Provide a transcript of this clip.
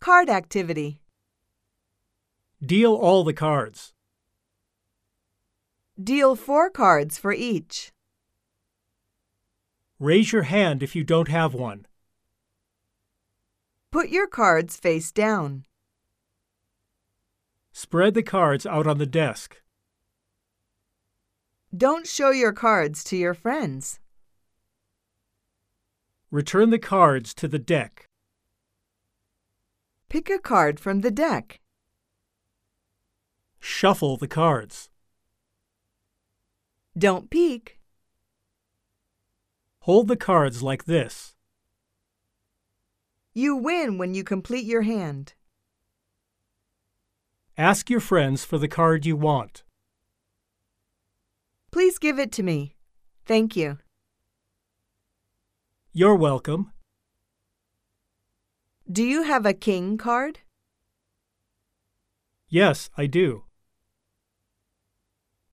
Card activity. Deal all the cards. Deal four cards for each. Raise your hand if you don't have one. Put your cards face down. Spread the cards out on the desk. Don't show your cards to your friends. Return the cards to the deck. Pick a card from the deck. Shuffle the cards. Don't peek. Hold the cards like this. You win when you complete your hand. Ask your friends for the card you want. Please give it to me. Thank you. You're welcome. Do you have a king card? Yes, I do.